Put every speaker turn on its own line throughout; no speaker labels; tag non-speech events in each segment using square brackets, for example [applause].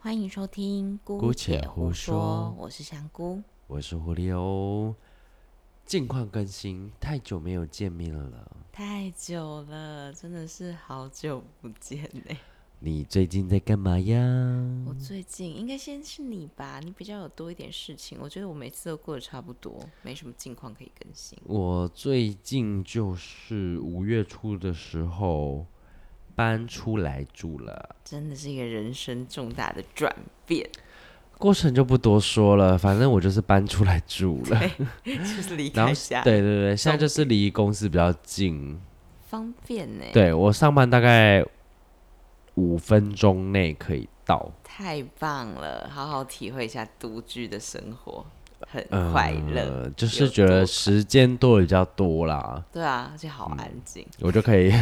欢迎收听《
姑且胡说
我是香菇。
我是狐狸哦。近况更新，太久没有见面了。
太久了，真的是好久不见呢、
你最近在干嘛呀？嗯
我最近应该先是你吧，你比较有多一点事情。我觉得我每次都过得差不多，没什么近况可以更新。
我最近就是五月初的时候搬出来住了，
真的是一个人生重大的转变， [laughs]
过程就不多说了，反正我就是搬出来住了。
就是离
[laughs] 然后
开家，
对对对，现在就是离公司比较近。
方便呢、
对我上班大概五分钟内可以到，
太棒了，好好体会一下独居的生活，很快乐、
呃就
有
是
多
觉
快
得时间多的比较多啦。
对啊，而且好
嗯
安静，
我就可以，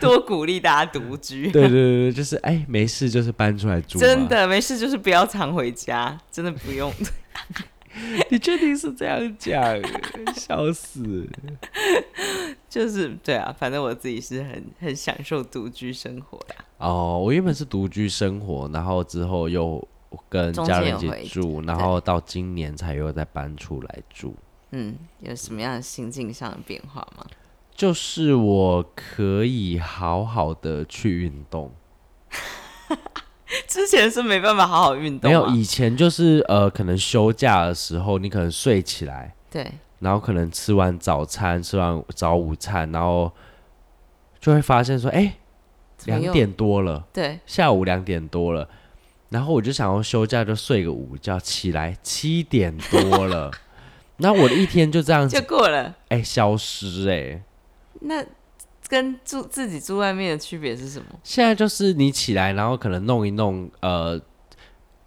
多鼓励大家独居。
[laughs] 对对对对，就是哎，没事就是搬出来住，
真，的没事，就是不要常回家， [laughs] 真的不用。
你确定是这样讲？笑死！
就是对啊，反正我自己是很很享受独居生活的啊、
哦，我原本是独居生活，然后之后又跟
中
家
间
人
有
一
回
起住，然后到今年才又再搬出来住。
嗯，有什么样的心境上的变化吗？ [laughs]
就是我可以好好的去运动，
之前是没办法好好运动啊
没
吗，
有以前就是呃，可能休假的时候，你可能睡起来，
对，
然后可能吃完早餐，吃完早午餐，然后就会发现说，哎、
怎么
两
又
点多了，
对，
下午两点多了，然后我就想要休假就睡个午觉，起来七点多了， [laughs] 那我的一天就这样子
就过了。
哎、消失哎、
那跟住自己住外面的区别是什么？
现在就是你起来，然后可能弄一弄，呃，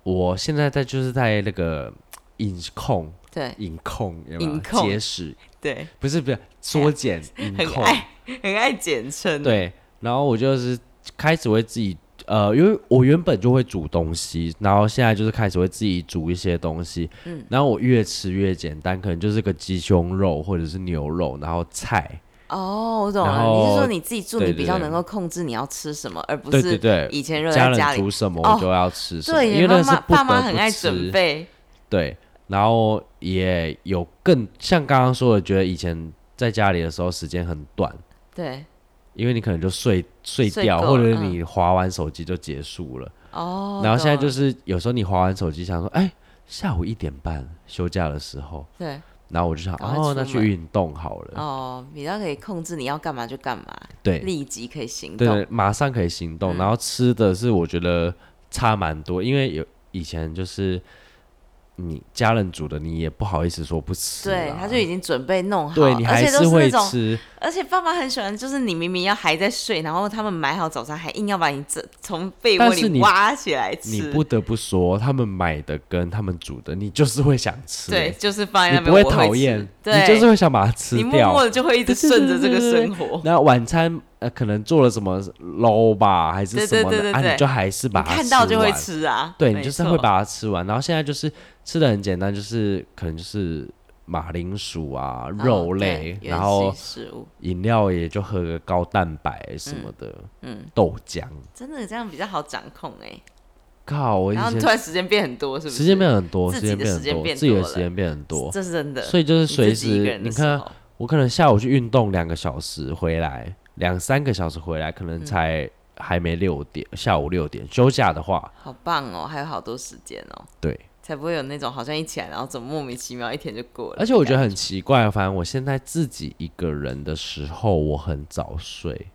我现在在就是在那个饮控
对
饮控有没有
饮控
节食？
对，
不是不是缩减饮
[laughs] 很
控。
爱很爱简称，，
对，然后我就是开始会自己，呃，因为我原本就会煮东西，然后现在就是开始会自己煮一些东西，嗯，然后我越吃越简单，可能就是个鸡胸肉或者是牛肉，然后菜，
哦，我懂了，
然后
你是说你自己住，
对
你
对
比较
对
能够控制你要吃什么，而不
对对
是
对，
以前热
家
在家
人
里
煮什么
哦
我就要吃什么，
对，
因为
妈
那是
妈
不
爸妈
得
很
不
爱准
吃，
备，
对，然后也有更像刚刚说的，觉得以前在家里的时候时间很短。
对，
因为你可能就睡睡
睡
掉，
够
或
了
者
嗯
你划完手机就结束了。
哦，
然后现在就是是有时候你划完手机，想说，哎，下午一点半休假的时候，
对。
然后我就想，
赶快出
哦，那去
门
运动好了。
哦，比较可以控制你要干嘛就干嘛，
对
立即可以行
对
动。嗯
对，马上可以行动。然后吃的是我觉得差蛮多，因为有以前就是你家人煮的，你也不好意思说不吃啊。
对，他就已经准备弄好，
对你
而
还
且都
是
那
会
种，
吃，
而且爸妈很喜欢，就是你明明要还在睡，然后他们买好早餐，还硬要把你这从被窝
但是
里
你
挖起来吃。
你不得不说，他们买的跟他们煮的，你就是会想吃
对，
欸，
就是放在
你
那
不
边，我会
讨厌
吃，对，
你就是会想把它吃
你默
掉
默。的就会一直
对对
顺着这个
对对对
生活。
那晚餐呃，可能做了什么捞吧，还
对
是
对
什么的
对对
啊，
对
你就还是把
你
它
看到就会
完，
吃啊，
对
没
你就是
错
会把它吃完。然后现在就是吃的很简单，就是可能就是马铃薯啊、
哦
肉
对
类，
原
然后
形食物，
饮料也就喝个高蛋白什么的，嗯，豆浆。
真的这样比较好掌控哎、
靠，我以
然后突
前
然时间变很多，是不是？
时间变很多，
自
时
己
间
的
变
时
很
间
多，
变
自己的
多
时
了
间变很多，
这是真的。
所以就是
你
随
自己一个
时
人的
你
时
看
候，
我可能下午去运动两个小时回来，两三个小时回来，
嗯
可能才还没六点，下午六点休假的话，
好棒哦，还有好多时间哦，
对。
才不会有那种好像一起来，然后怎么莫名其妙一天就过了。
而且我觉得很奇怪，反正我现在自己一个人的时候，我很早睡，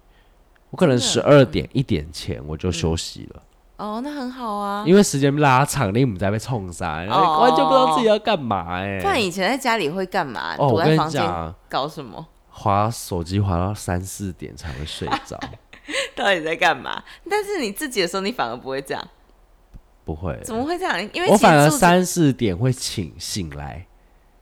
我可能
真
十
的
二点一点前我就休息了，
哦，那很好啊。
因为时间拉长，你们在被冲杀，然后完全不知道自己要干嘛哎、
哦不然以前在家里会干嘛？躲
哦，我跟
在
你
房间
讲，
搞什么？ [laughs]
滑手机滑到三四点才会睡着，
到底在干嘛？但是你自己的时候，你反而不会这样，
不会，
怎么会这样？因为
我
其实
反而
住
三四点会醒醒来。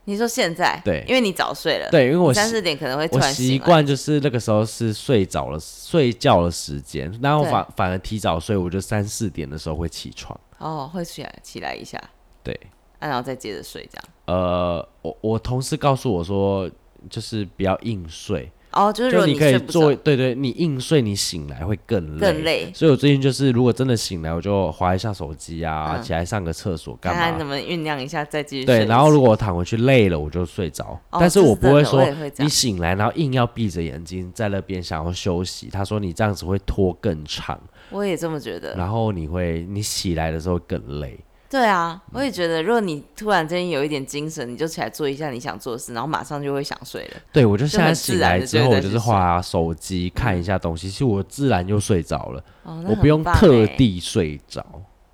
你说现在
对
因为你早睡了，，
对，因为我
三
习
四点可能会突
我
然
习
醒来。
惯就是那个时候是睡着了睡觉的时间，然后
对
反反而提早睡，我就三四点的时候会起床。
哦，会起来起来一下，
对，
啊然后再接着睡这样。
呃，我我同事告诉我说，就是不要硬睡，
哦，就是如
就
果
你可以
睡不着
做，对对，你硬睡，你醒来会更累。
更累，
所以我最近就是，如果真的醒来，我就划一下手机啊，
嗯
起来上个厕所干
看看能
嘛？
不能酝酿一下再继续睡一
对，
次。
然后如果我躺回去累了，我就睡着。
哦
但是
这
我
是
不会
真的我
说
也会这样
你醒来，然后硬要闭着眼睛在那边想要休息。他说你这样子会拖更长，
我也这么觉得，
然后你会你起来的时候更累。
对啊，我也觉得，如果你突然间有一点精神，你就起来做一下你想做的事，然后马上就会想睡了。
对，我就现在
很自
醒
然
来
地
之
就会
后，我
再
就
去
是
睡
划手机看一下东西，其实我自然就睡着了，
哦，那
我
很
不用
棒
特
欸，
地睡着。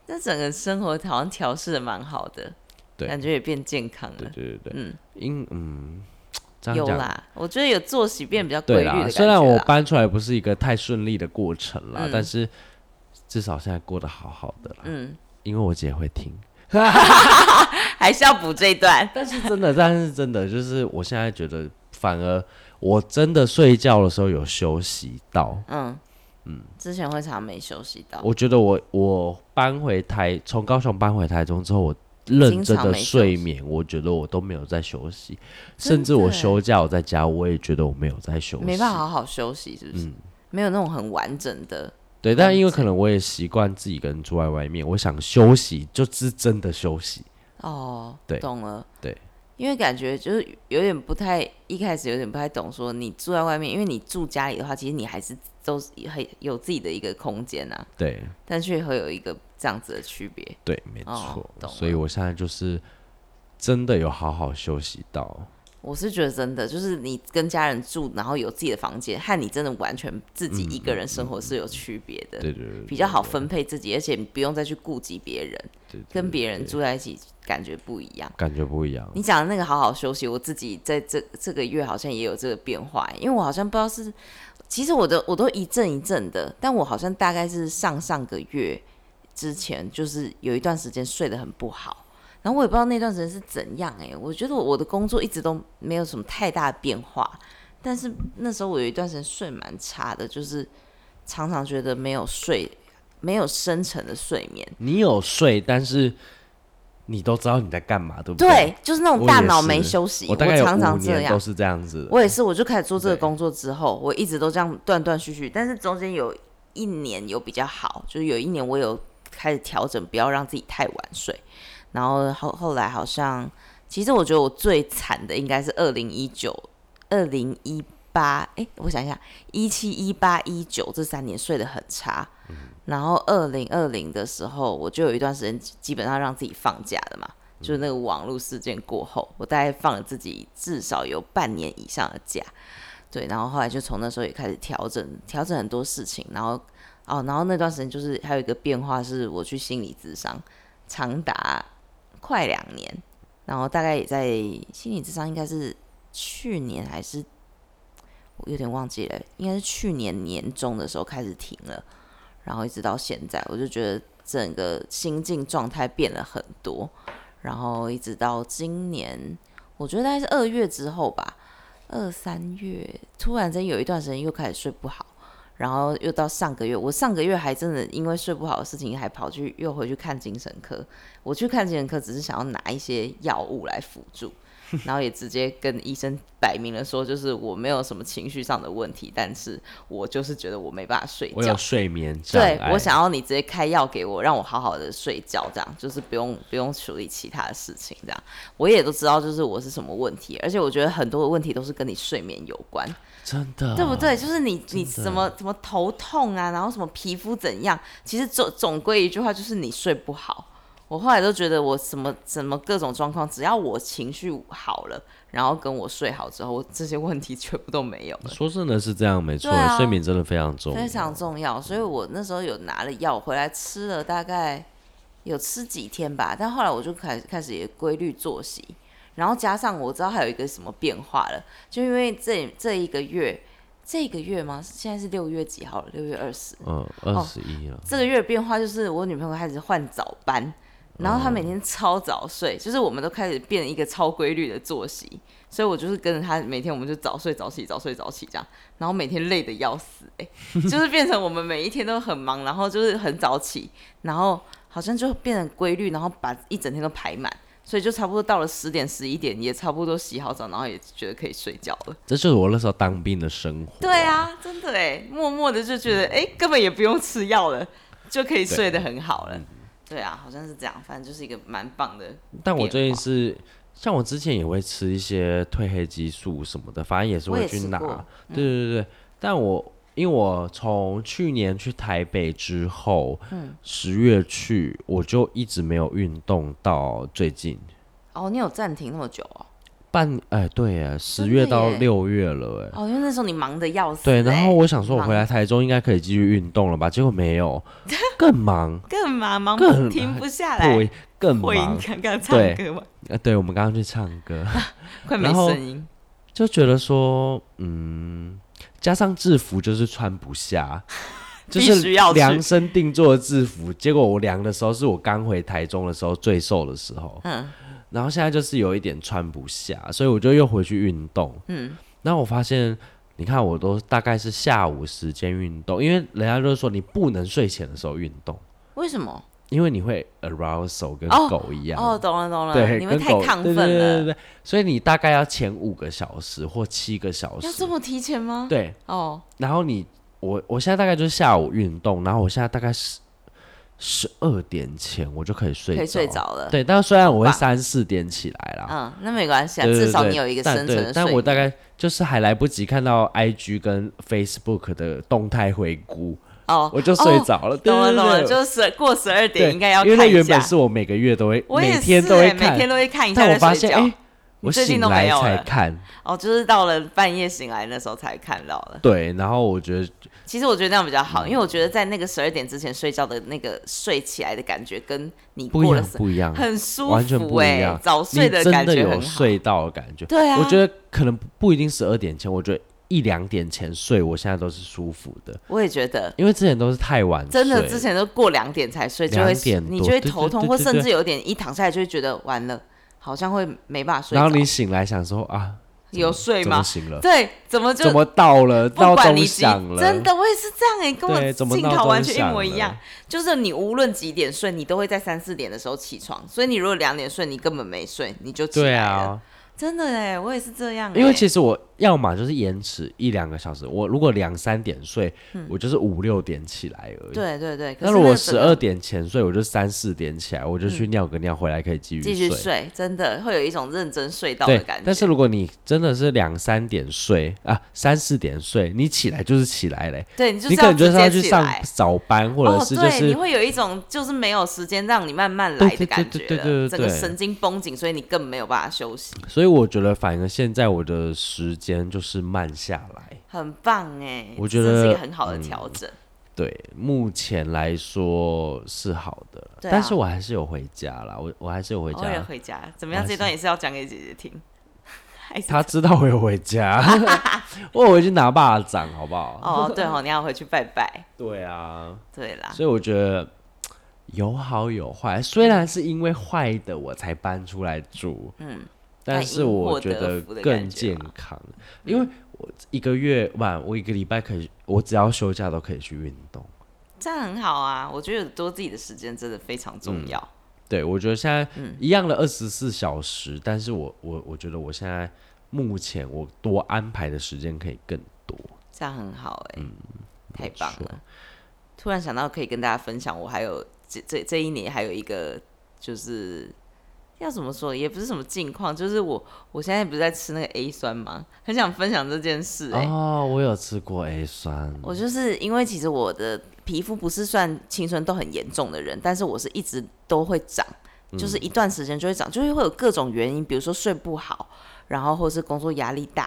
那整个生活好像调试的蛮好的，
对
感觉也变健康
对
了。
对对对，
嗯，
因嗯，这样
有
讲
啦，我觉得有作息变比较规律
对
的感觉
啦，
啦。
虽然我搬出来不是一个太顺利的过程啦，
嗯
但是至少现在过得好好的啦。
嗯，
因为我姐会听，
还是要补这一段。
但是真的，但是真的，就是我现在觉得，反而我真的睡觉的时候有休息到。
嗯嗯，之前会常没休息到，
我觉得我我搬回台，从高雄搬回台中之后，我认真的睡眠，我觉得我都没有在休息，
真的
甚至我
欸
休假我在家，我也觉得我没有在休息，嗯
没办法好好休息，是不是？没有那种很完整的，
对，但因为可能我也习惯自己一个人住在外面，我想休息就是真的休息。
哦，
对
懂了，
对，
因为感觉就是有点不太，一开始有点不太懂，说你住在外面，因为你住家里的话，其实你还是都是很有自己的一个空间啊，
对
但却会有一个这样子的区别。
对，没错
哦、懂
所以我现在就是真的有好好休息到。
我是觉得真的，就是你跟家人住，然后有自己的房间，和你真的完全自己一个人生活是有区别的。
对对对，
比较好分配自己，而且你不用再去顾及别人，
对对
跟别人住在一起感觉不一样。
感觉不一样。
你讲的那个好好休息，我自己在这这个月好像也有这个变化，因为我好像不知道是，其实我的我都一阵一阵的，但我好像大概是上上个月之前，就是有一段时间睡得很不好，然后我也不知道那段时间是怎样哎、我觉得我的工作一直都没有什么太大的变化，但是那时候我有一段时间睡蛮差的，就是常常觉得没有睡，没有深层的睡眠。
你有睡，但是你都知道你在干嘛，对不
对，就是那
我
种大
也
脑
是
没休息，
我大概有
常
五
常这
年都
样。
是这样子的。
我也是，我就开始做这个
对
工作之后，我一直都这样断断续续，但是中间有一年有比较好，就是有一年我有开始调整，不要让自己太晚睡。然后后后来好像，其实我觉得我最惨的应该是二零一九、二零一八，哎，我想一下，一七、一八、一九这三年睡得很差。然后二零二零的时候，我就有一段时间基本上让自己放假了嘛，就是那个网络事件过后，我大概放了自己至少有半年以上的假，对，然后后来就从那时候也开始调整，调整很多事情，然后哦，然后那段时间就是还有一个变化是我去心理咨商，长达快两年，然后大概也在心理咨商应该是去年还是我有点忘记了，应该是去年年中的时候开始停了，然后一直到现在，我就觉得整个心境状态变了很多，然后一直到今年，我觉得大概是二月之后吧，二三月突然间有一段时间又开始睡不好。然后又到上个月，我上个月还真的因为睡不好的事情，还跑去又回去看精神科。我去看精神科，只是想要拿一些药物来辅助，然后也直接跟医生摆明了说，就是我没有什么情绪上的问题，但是我就是觉得我没办法睡
我
觉
有。睡眠障
对
碍，
我想要你直接开药给我，让我好好的睡觉，这样就是不用不用处理其他的事情，这样我也都知道就是我是什么问题，而且我觉得很多的问题都是跟你睡眠有关，
真的
对不？对？就是你你什么什么头痛啊，然后什么皮肤怎样，其实总总归一句话就是你睡不好。我后来都觉得我什么什么各种状况，只要我情绪好了，然后跟我睡好之后，我这些问题全部都没有了。
说真的是这样，没错，
对啊
睡眠真的非常重要。
非常重要，所以我那时候有拿了药回来吃了，大概有吃几天吧，但后来我就开开始也规律作息，然后加上我知道还有一个什么变化了，就因为这这一个月，这个月吗？现在是六月几号了？六月二十。
嗯，二十一了，
这个月的变化就是我女朋友开始换早班，然后她每天超早睡，就是我们都开始变一个超规律的作息，所以我就是跟着她每天我们就早睡早起，早睡早起这样，然后每天累得要死、欸， [laughs] 就是变成我们每一天都很忙，然后就是很早起，然后好像就变成规律，然后把一整天都排满。所以就差不多到了十点十一点，也差不多洗好澡，然后也觉得可以睡觉了。
这就是我那时候当兵的生活。
对，啊，真的哎，默默的就觉
嗯
得哎、诶根本也不用吃药了，就可以睡得很好
嗯
了。对啊，好像是这样，反正就是一个蛮棒的。
但我
变
最近
化
是，像我之前也会吃一些褪黑激素什么的，反正也是
我
会
也
去
吃
拿。
过嗯
对对对，但我因为我从去年去台北之后，
嗯
十月去我就一直没有运动到最近
哦，你有暂停那么久哦？
半哎、对耶，十
真
月
的
到
耶
六月了哎。
哦，因为那时候你忙的要死欸。
对，然后我想说，我
忙
回来台中应该可以继续运动了吧？结果没
[laughs]
有，更忙，
更忙，忙
更
停不下来。
破更
破音
忙。
刚刚唱
对
歌嘛，
呃，对，我们刚刚去唱歌。
快没
然后
声音。
就觉得说，嗯，加上制服就是穿不
[laughs]
下，就
必
是
须要去
量身定做的制服。结果我量的时候是我刚回台中的时候最瘦的时候，
嗯
然后现在就是有一点穿不下，所以我就又回去运动。
嗯，
然后我发现，你看我都大概是下午时间运动，因为人家就是说你不能睡前的时候运动，
为什么？
因为你会 arousal 跟
哦
狗一样。
哦，懂了懂了，
对，
你们
跟
太
狗
亢
对
奋了，
对对对对，所以你大概要前五个小时或七个小时，
要这么提前吗？
对，
哦，
然后你我我现在大概就是下午运动，然后我现在大概十十二点前我就可以睡，
可以睡。着了。
对，但虽然我会
很棒
三四点起来啦，
嗯，那没关系啊，
对对
至少
对
你有一个
但
深层
对
的
但
睡
我
眠
大概就是还来不及看到 IG 跟 Facebook 的动态回顾，
哦，
我就
哦
睡着了。对
懂了
对
懂了，
对
就是过十二
对
点应该要
因为那
看一
原本
下。
是我每个月都会，
我也
每
是
天都会
欸
看，
每天都会看一下
但我
再
发
睡
现
觉
哎。。我
最近
醒
都没
来
有
才
了
看，
哦，就是到了半夜醒来那时候才看到了。
对，然后我觉得
其实我觉得那样比较
嗯
好，因为我觉得在那个十二点之前睡觉的那个睡起来的感觉，跟你
不一
过了
样，
12
不一样，
很舒
完全
服
不一
哎、
样
早睡
你真
感
的
觉
有
很好。
睡到的感觉。
对啊，
我觉得可能不一定十二点前，我觉得一两点前睡，我现在都是舒服的，
我也觉得，
因为之前都是太晚睡，
真的之前都过两点才睡，就会
2点多
你就会
对对
头痛，
对对
或
对
甚至有点一躺下来就会觉得完了，好像会没办法睡着。
然后你醒来想说啊，
有睡
怎么
吗？
醒了？
对，怎么就
怎么到了？
不
闹
管
钟
你几
响了，
真的我也是这样哎、跟我
对怎么
镜
闹
头
钟
完全一模
响
一样
了。
就是你无论几点睡，你都会在三四点的时候起床，所以你如果两点睡，你根本没睡，你就起
对
来了。
啊，
真的哎、我也是这样、
因为其
实
实我要么就是延迟一两个小时，我如果两三点睡，
嗯
我就是五六点起来而已。
对对对，可
那
是
如
那
果
个整
十
个
二点前睡，我就三四点起来，我就去尿个尿，回来可以继
继
续
续睡，真的会有一种认真睡到的
对
感觉。，
但是如果你真的是两三点睡啊，三四点睡，你起来就是起来嘞，
对你就
你
是
可能就是要
直接
去
起
上
来，
早班，或者是就
哦、对，
是
你、会有一种就是没有时间让你慢慢来的
对对对
感觉了，
对对对对
整个
对
神经绷紧，所以你更没有办法休息，
所以我觉得反而现在我的时间就是慢下来。
很棒哎，
我觉
这是一个
得
很好的调整。
对，目前来说是好的，
对啊
但是我还是有回家啦，我我还是有回
偶尔
家，
回家，怎么样？
我还
这
是
段也是要讲给姐姐听， [laughs] 还是
他知道我有回家， [laughs] 我有回去拿巴掌，好不好？
哦，对哦，你要回去拜拜。
对啊，
对啦，
所以我觉得有好有坏，虽然是因为坏的我才搬出来住，嗯，但是我觉得
啊
更健康，因为我一个月晚，我一个礼拜可以，我只要休假都可以去运动。
这样很好啊。我觉得有多自己的时间真的非常重要。
对，我觉得现在
嗯
一样的二十四小时，但是我我我觉得我现在目前我多安排的时间可以更多。
这样很好哎、
嗯
太棒了！突然想到可以跟大家分享，我还有这这这一年还有一个就是要怎么说，也不是什么近况，就是我我现在不是在吃那个 A 酸吗？很想分享这件事哎、
哦，我有吃过 A 酸，
我就是因为其实我的皮肤不是算青春痘很严重的人，但是我是一直都会长，就是一段时间就会长，就是会有各种原因，比如说睡不好，然后或者是工作压力大，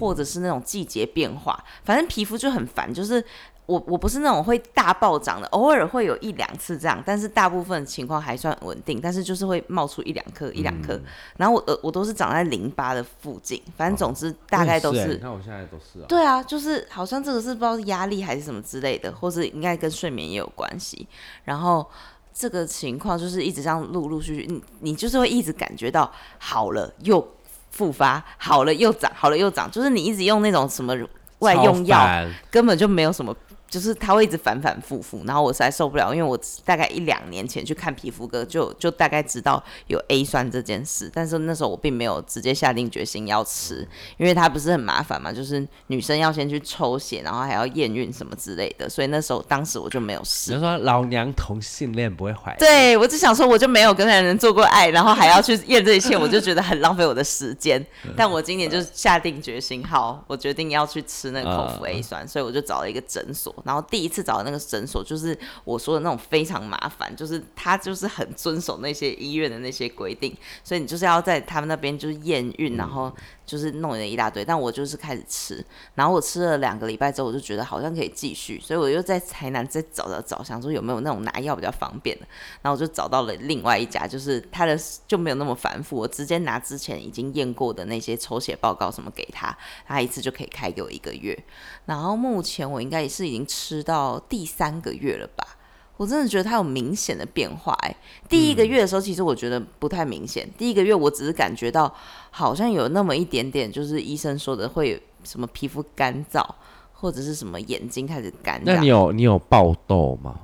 或者是那种季节变化，反正皮肤就很烦，就是。我我不是那种会大暴涨的，偶尔会有一两次这样，但是大部分情况还算稳定，但是就是会冒出一两颗一两颗，然后我呃我都是长在淋巴的附近，反正总之大概都
我也
是
欸你看我现在都是啊，
对啊，就是好像这个是不知道是压力还是什么之类的，或是应该跟睡眠也有关系。然后这个情况就是一直这样陆陆续续，你你就是会一直感觉到好了又复发，好了又长，好了又长，就是你一直用那种什么外
超
用药，
烦
根本就没有什么就是它会一直反反复复，然后我实在受不了，因为我大概一两年前去看皮肤科，就就大概知道有 A 酸这件事，但是那时候我并没有直接下定决心要吃，因为它不是很麻烦嘛，就是女生要先去抽血，然后还要验孕什么之类的，所以那时候当时我就没有
只
试。
能说老娘同性恋不会怀孕，
对，我只想说，我就没有跟男人做过爱，然后还要去验这一切，我就觉得很浪费我的时间。但我今年就下定决心，好，我决定要去吃那个口服
啊
A 酸，所以我就找了一个诊所。然后第一次找的那个诊所，就是我说的那种非常麻烦，就是他就是很遵守那些医院的那些规定，所以你就是要在他们那边就是验孕，然后就是弄了一大堆。但我就是开始吃，然后我吃了两个礼拜之后，我就觉得好像可以继续，所以我又在台南再找找找，想说有没有那种拿药比较方便的。然后我就找到了另外一家，就是他的就没有那么繁复，我直接拿之前已经验过的那些抽血报告什么给他，他一次就可以开给我一个月。然后目前我应该也是已经吃到第三个月了吧。我真的觉得它有明显的变化、欸。第一个月的时候，其实我觉得不太明显。第一个月我只是感觉到好像有那么一点点，就是医生说的会有什么皮肤干燥，或者是什么眼睛开始干
那你
燥。
有你有爆痘吗？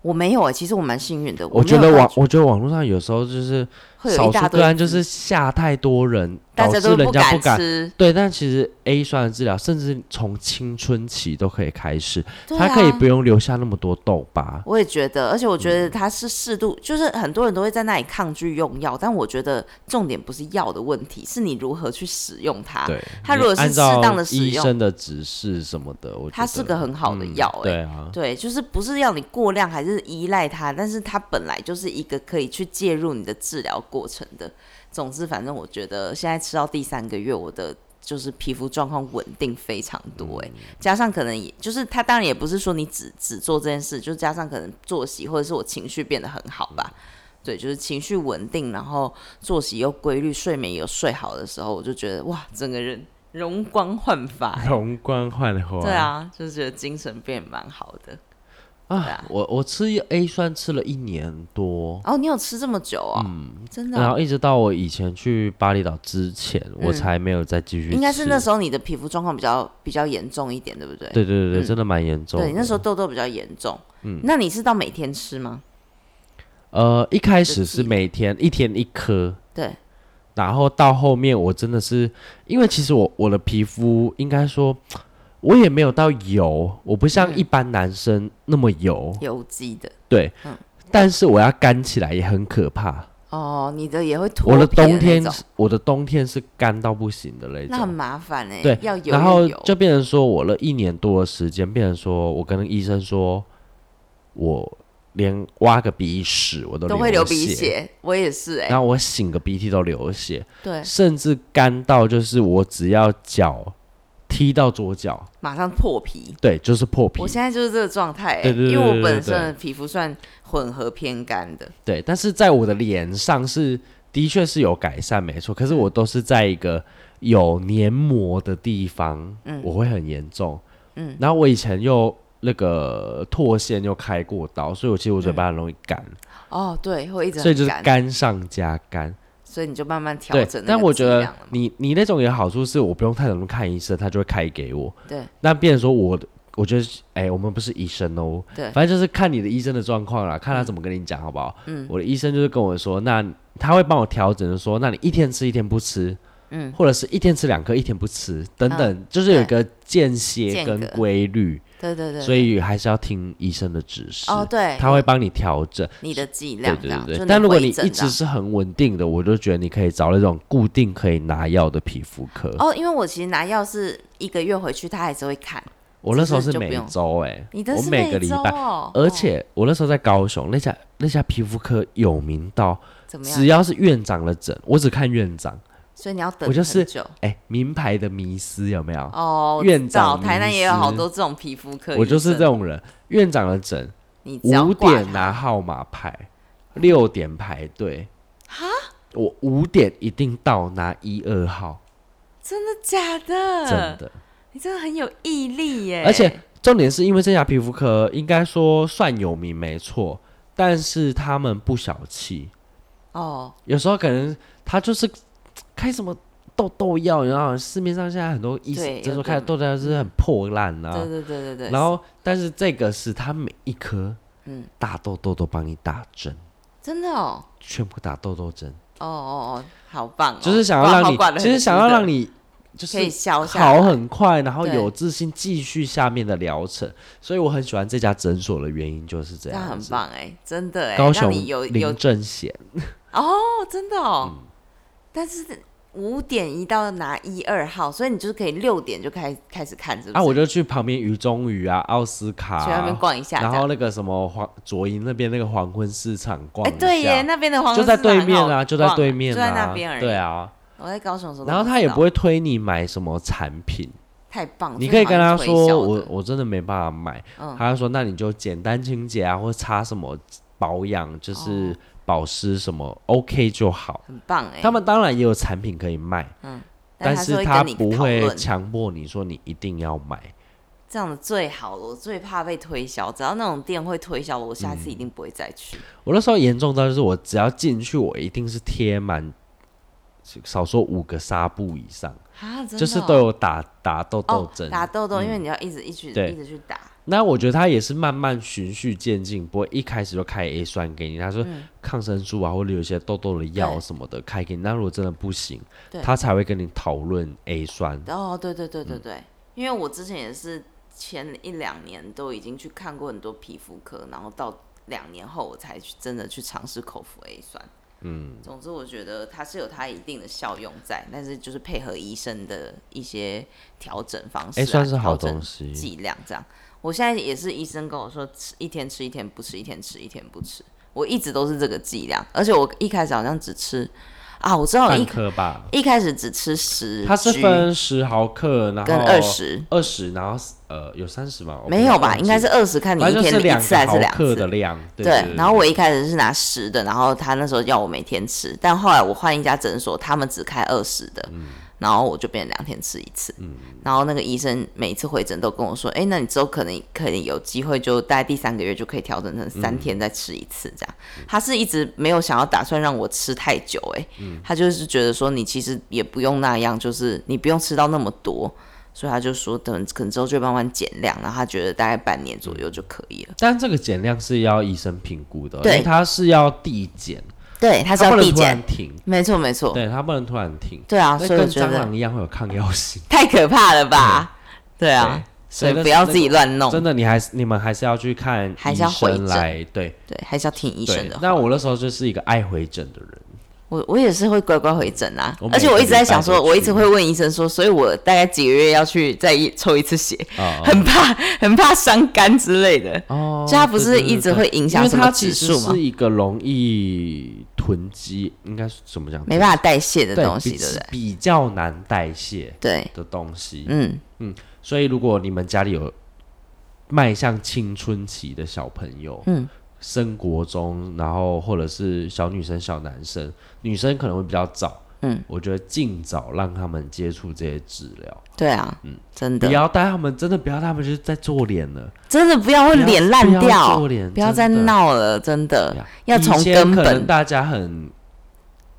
我没有哎、其实我蛮幸运的。没
我
有
觉得
到
网，我觉得网络上有时候就是
会有
少
一大
数
堆
个案就是下太多人，
大
导
家
致
都
人家不敢。
吃，
对，但其实 A 酸的治疗，甚至从青春期都可以开始，
对
它
啊
可以不用留下那么多痘疤。
我也觉得，而且我觉得它是适度，就是很多人都会在那里抗拒用药，但我觉得重点不是药的问题，是你如何去使用它。
对，
它如果
你
是
按
适当
照
的使
医
用
生的指示什么的，我觉
它是
得
个很好的
嗯
药欸
对啊，
对，就是不是要你过量，还是依赖它，但是它本来就是一个可以去介入你的治疗过程的。总之，反正我觉得现在吃到第三个月，我的就是皮肤状况稳定非常多、欸，加上可能也就是它当然也不是说你只只做这件事，就加上可能作息或者是我情绪变得很好吧。对，就是情绪稳定，然后作息又规律，睡眠有睡好的时候，我就觉得哇，整个人容光焕发欸、
容光焕发。
对啊，就是觉得精神变蛮好的。对
啊
啊，
我我吃 A 酸吃了一年多，
哦，你有吃这么久哦？嗯，真的
然
哦、
后一直到我以前去巴厘岛之前，我才没有再继续吃。
嗯应该是那时候你的皮肤状况比较比较严重一点，对不对？
对对对对，
嗯
真的蛮严重
对，
的。
你那时候痘痘比较严重。嗯，那你是到每天吃吗？
呃，一开始
就是记
每天一天一颗，
对，
然后到后面我真的是，因为其实我我的皮肤应该说，我也没有到油，我不像
嗯
一般男生那么油，
油肌的。
对，
嗯
但是我要干起来也很可怕。
哦，你的也会脱
我的
皮那
冬天
种
是，我的冬天是干到不行的那
那很
种。
麻烦哎、
对
要，油
然后
又油
就变成说，我了一年多的时间，变成说我跟医生说，我连挖个鼻屎我都
都会流鼻
血，
血，我也是哎、
然后我擤个鼻涕都流血，
对，
甚至干到就是我只要脚踢到左脚，
马上破皮。
对，就是破皮
我。现在就是这个状态、欸，
对对对
因为
对
我
对
本
对
身的皮肤算混合偏干的，
对，但是在我的脸上是的确是有改善，没错。可
嗯
是我都是在一个有黏膜的地方，
嗯
我会很严重。嗯，然后我以前又那个唾腺又开过刀，所以我其实我嘴巴很容易干，
哦，对，会一直
所以
嗯很
就是
干，
干上加干。
所以你就慢慢调
对
整那个剂量了嘛。
但我觉得你你那种有好处是我不用太怎么看医生，他就会开给我。
对，
那变成说我的，我觉得是哎、我们不是医生哦。
对嗯
反正就是看你的医生的状况啦，看他怎么跟你讲，好不好？嗯，我的医生就是跟我说，那他会帮我调整，就说那你一天吃一天不吃。嗯，或者是一天吃两颗，一天不吃，等等，就是有一个间
嗯
歇
间
跟
隔
规律，
对对对，
所以还是要听医生的指示，
哦，对，
他会帮你调整。
你的剂量这
对对
样，
对
就
对，但
能
如果
回
你
正
一
这
直
样
是很稳定的，我就觉得你可以找那种固定可以拿药的皮肤科。
哦，因为我其实拿药是一个月回去，他还是会看。
我那时候
就是是就
每
不用
周哎、
你的
我
是
每个礼
周
拜，
哦，
而
哦
且我那时候在高雄那家那家皮肤科有名到，
怎么
只
样？
要是院长的诊，我只看院长。
所以你要等
我就是
很久
哎、名牌的迷思有没有？
哦。我
院
知道
长
台南
医
也有好
师
多这种皮肤科医生，
我就是这种人，院长的诊
你只要
五
挂
点
它
拿号码牌，六点排队。哈，我五点一定到拿一二号，
真的假
真
的？
的。
你真的很有毅力耶！
而且重点是因为这家皮肤科应该说算有名没错，但是他们不小气，
哦，
有时候可能他就是开什么痘痘药，然后市面上现在很多医
对
生
有
诊所
的
开的痘痘药是很破烂啊，
对对对对对，
然后，但是这个是它每一颗，
嗯
大痘痘都帮你打针，
真的哦，
全部打痘痘针，
哦哦哦，好棒哦，
就是想要让
哇
你，其实想要让，你
好管
就
得很清楚的可以
是
消下来
好很快，然后
对
有自信继续下面的疗程。所以我很喜欢这家诊所的原因就是这
这
样
样
子，
很棒哎，真的哎，
高
让
雄
你有有
林正贤，
哦，真的哦，
嗯
但是五点一到拿一二号，所以你就是可以六点就开开始看，是不是？
啊，我就去旁边鱼中鱼啊、奥斯卡
去那边
啊、
逛一下，
然
这样
后那个什么黄左营那边那个黄昏市场逛
哎，
一下，
对耶，那边的黄
就
昏
在
市场
对面
很好
啊，就在
逛
对面
哦就在那边而已。
对，啊。
我在高雄的时候都知道，
然后他也不会推你买什么产品，
太棒，
你
这
可以
好
跟
像
他
推
说
销
我
的
我真的没办法买，
嗯
他就说那你就简单清洁啊，或擦什么保养，就是保湿什么、OK 就好。
很棒哦哎，嗯
他们当然也有产品可以卖，但
他
是
会
他
跟你
不
讨
会
论
强迫你说你一定要买。
这样的最好了，我最怕被推销，只要那种店会推销我，我
嗯
下次一定不会再去。
我那时候严重到就是我只要进去，我一定是贴满少说五个纱布以上，
啊，真的哦
就是都有打打痘痘
哦
针，
打痘痘，因为你要一直一直
对
一直去打，
那我觉得他也是慢慢循序渐进，不会一开始就开 A 酸给你。他说抗生素啊，或者有一些痘痘的药
嗯对
什么的开给你。那如果真的不行
对，
他才会跟你讨论 A 酸。
哦，对对对
嗯
对对，因为我之前也是前一两年都已经去看过很多皮肤科，然后到两年后我才去真的去尝试口服 A 酸。嗯，总之我觉得它是有它一定的效用在，但是就是配合医生的一些调整方式、啊，
A 酸是好
调整
东西，
剂量这样。我现在也是医生跟我说，吃一天吃一天不吃，一天吃一天不吃。我一直都是这个剂量，而且我一开始好像只吃啊，我知道我
半
一
颗吧。
一开始只吃十，
它是分十毫克，然后
跟二十，
二十，然后呃有三十吗？我不
没有吧？
忘记
应该是二十，看你
反
一
正就
天
是
一
两
次
个
还是
毫
两
克
次
的。量。对
对，然后我一开始是拿十的，然后他那时候要我每天吃，但后来我换一家诊所，他们只开二十的，然后我就变两天吃一次。然后那个医生每一次回诊都跟我说：“哎，那你之后可能可能有机会，就大概第三个月就可以调整成三天再吃一次这样。”他是一直没有想要打算让我吃太久、哎、他就是觉得说你其实也不用那样，就是你不用吃到那么多。所以他就说，等可能之后就慢慢减量，然后他觉得大概半年左右就可以了。
但这个减量是要医生评估的，因
对
为它是要递减，
对，他是
它
要
不
递
能突
减
然，停，
没错没错，
对，它不能突然停。
对啊，
那
所以
跟
我觉
蟑
得
螂一样会有抗药性。
太可怕了吧？对啊，所以
那
不要
那个
自己乱弄，
真的，你还是你们还是要去看医
还是要回诊
生来，对
对，还是要听医生
对
的。。
那我那时候就是一个爱回诊的人，
[laughs] 我我也是会乖乖回诊啊
我，每
而且我一直在想说，
个礼拜都去
我一直会问医生说，所以我大概几个月要去再一抽一次血，
啊、
很怕很怕伤肝之类的。
哦，
就它不是
对对对
一直会影响
因为
什么
它其
指
实
数吗
是一个容易囤积，应该是怎么讲？
没办法代谢的
对
东西，
比
对不对？
比较难代谢
对，
的东西。
嗯，
所以如果你们家里有迈向青春期的小朋友，
嗯，
升国中，然后或者是小女生、小男生，女生可能会比较早，
嗯，
我觉得尽早让他们接触这些治疗，
对啊，真
嗯不
的，
要带他们，真的不要带他们就是在做脸了，
真的不要会
不要
脸烂
不要
掉
做，脸，
不要再
真的。
闹了，真的
对啊
要从
以前
根
可能
本
大家很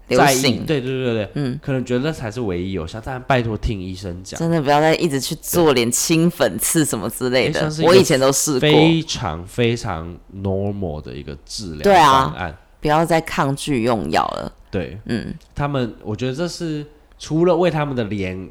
流
在意，
行，
对对对对，
嗯，
可能觉得那才是唯一有效，但拜托听医生讲，
真的不要再一直去做脸清粉刺什么之类
诶
的
算是，一
我
个
以前都试过，
非常非常 normal 的一个治疗
对啊
方案，
不要再抗拒用药了。
对
嗯，
他们，我觉得这是除了为他们的脸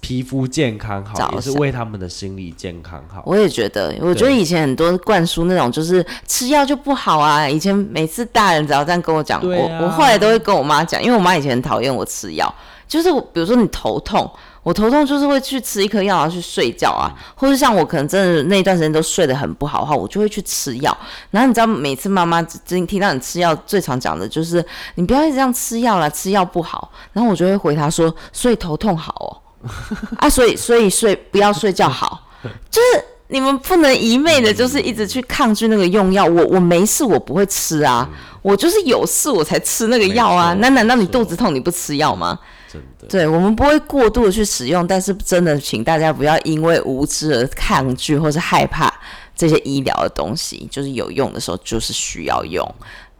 皮肤健康
着
好，也是
想
为他们的心理健康好。
我也觉得，我觉得以前很多灌输那种就是吃药就不好啊。以前每次大人只要这样跟我讲，
对啊
我我后来都会跟我妈讲，因为我妈以前很讨厌我吃药，就是我比如说你头痛。我头痛就是会去吃一颗药，然后去睡觉啊，
嗯
或者像我可能真的那一段时间都睡得很不好的话，我就会去吃药。然后你知道，每次妈妈只只听到你吃药，最常讲的就是你不要一直这样吃药啦，吃药不好。然后我就会回答说，所以头痛好哦，啊，所以所以睡不要睡觉好，就是你们不能一昧的，就是一直去抗拒那个用药。我我没事，我不会吃啊，我就是有事我才吃那个药啊。
没错
那难道你
没错
肚子痛你不吃药吗？
真的，
对，我们不会过度的去使用，但是真的，请大家不要因为无知而抗拒或是害怕这些医疗的东西，就是有用的时候就是需要用。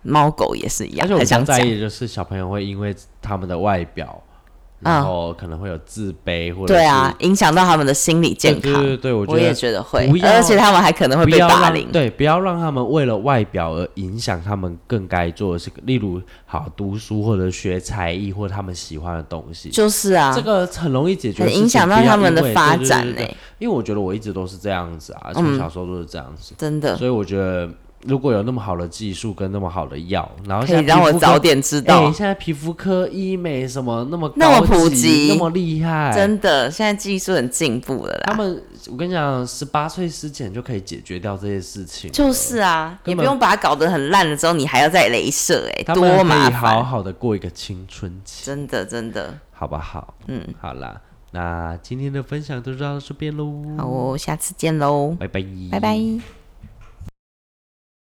猫狗也是一样，
而且我
很
比较
想讲
在意的就是小朋友会因为他们的外表然后可能会有自卑或者
啊对
是
啊，影响到他们的心理健康。
对对对对，我觉
我也
得
觉得会
不，要
而且他们还可能会
不
被
要
霸
让
凌。
对，不要让他们为了外表而影响他们更该做的事，例如好读书或者学才艺或者他们喜欢的东西。
就是啊
这，个很容易解决的
很
事情，
影响到
不要
他们
因
的
为
发
对对
展欸
对
呢、
对因为我觉得我一直都是这样子啊，
嗯
从小时候都是这样子，
真的
所以我觉得如果有那么好的技术跟那么好的药，然后
可以
现在
让我
皮肤科
早点知
哎、
道。
现在皮肤科、医美什么那么
那么
高
普
级
及
那么厉害，
真的，现在技术很进步了
哎他
啦。
们，我跟你讲，十八岁之前就可以解决掉这些事情了，
就是啊，也
根
不
本
用把它搞得很烂了之后，你还要再镭射、哎，
他们
多
可
麻
以好
烦！
好的过一个青春期，
真的，真的。
好不好？
嗯，
好啦，那今天的分享就到这边喽，
好哦，下次见喽，
拜拜，
拜拜。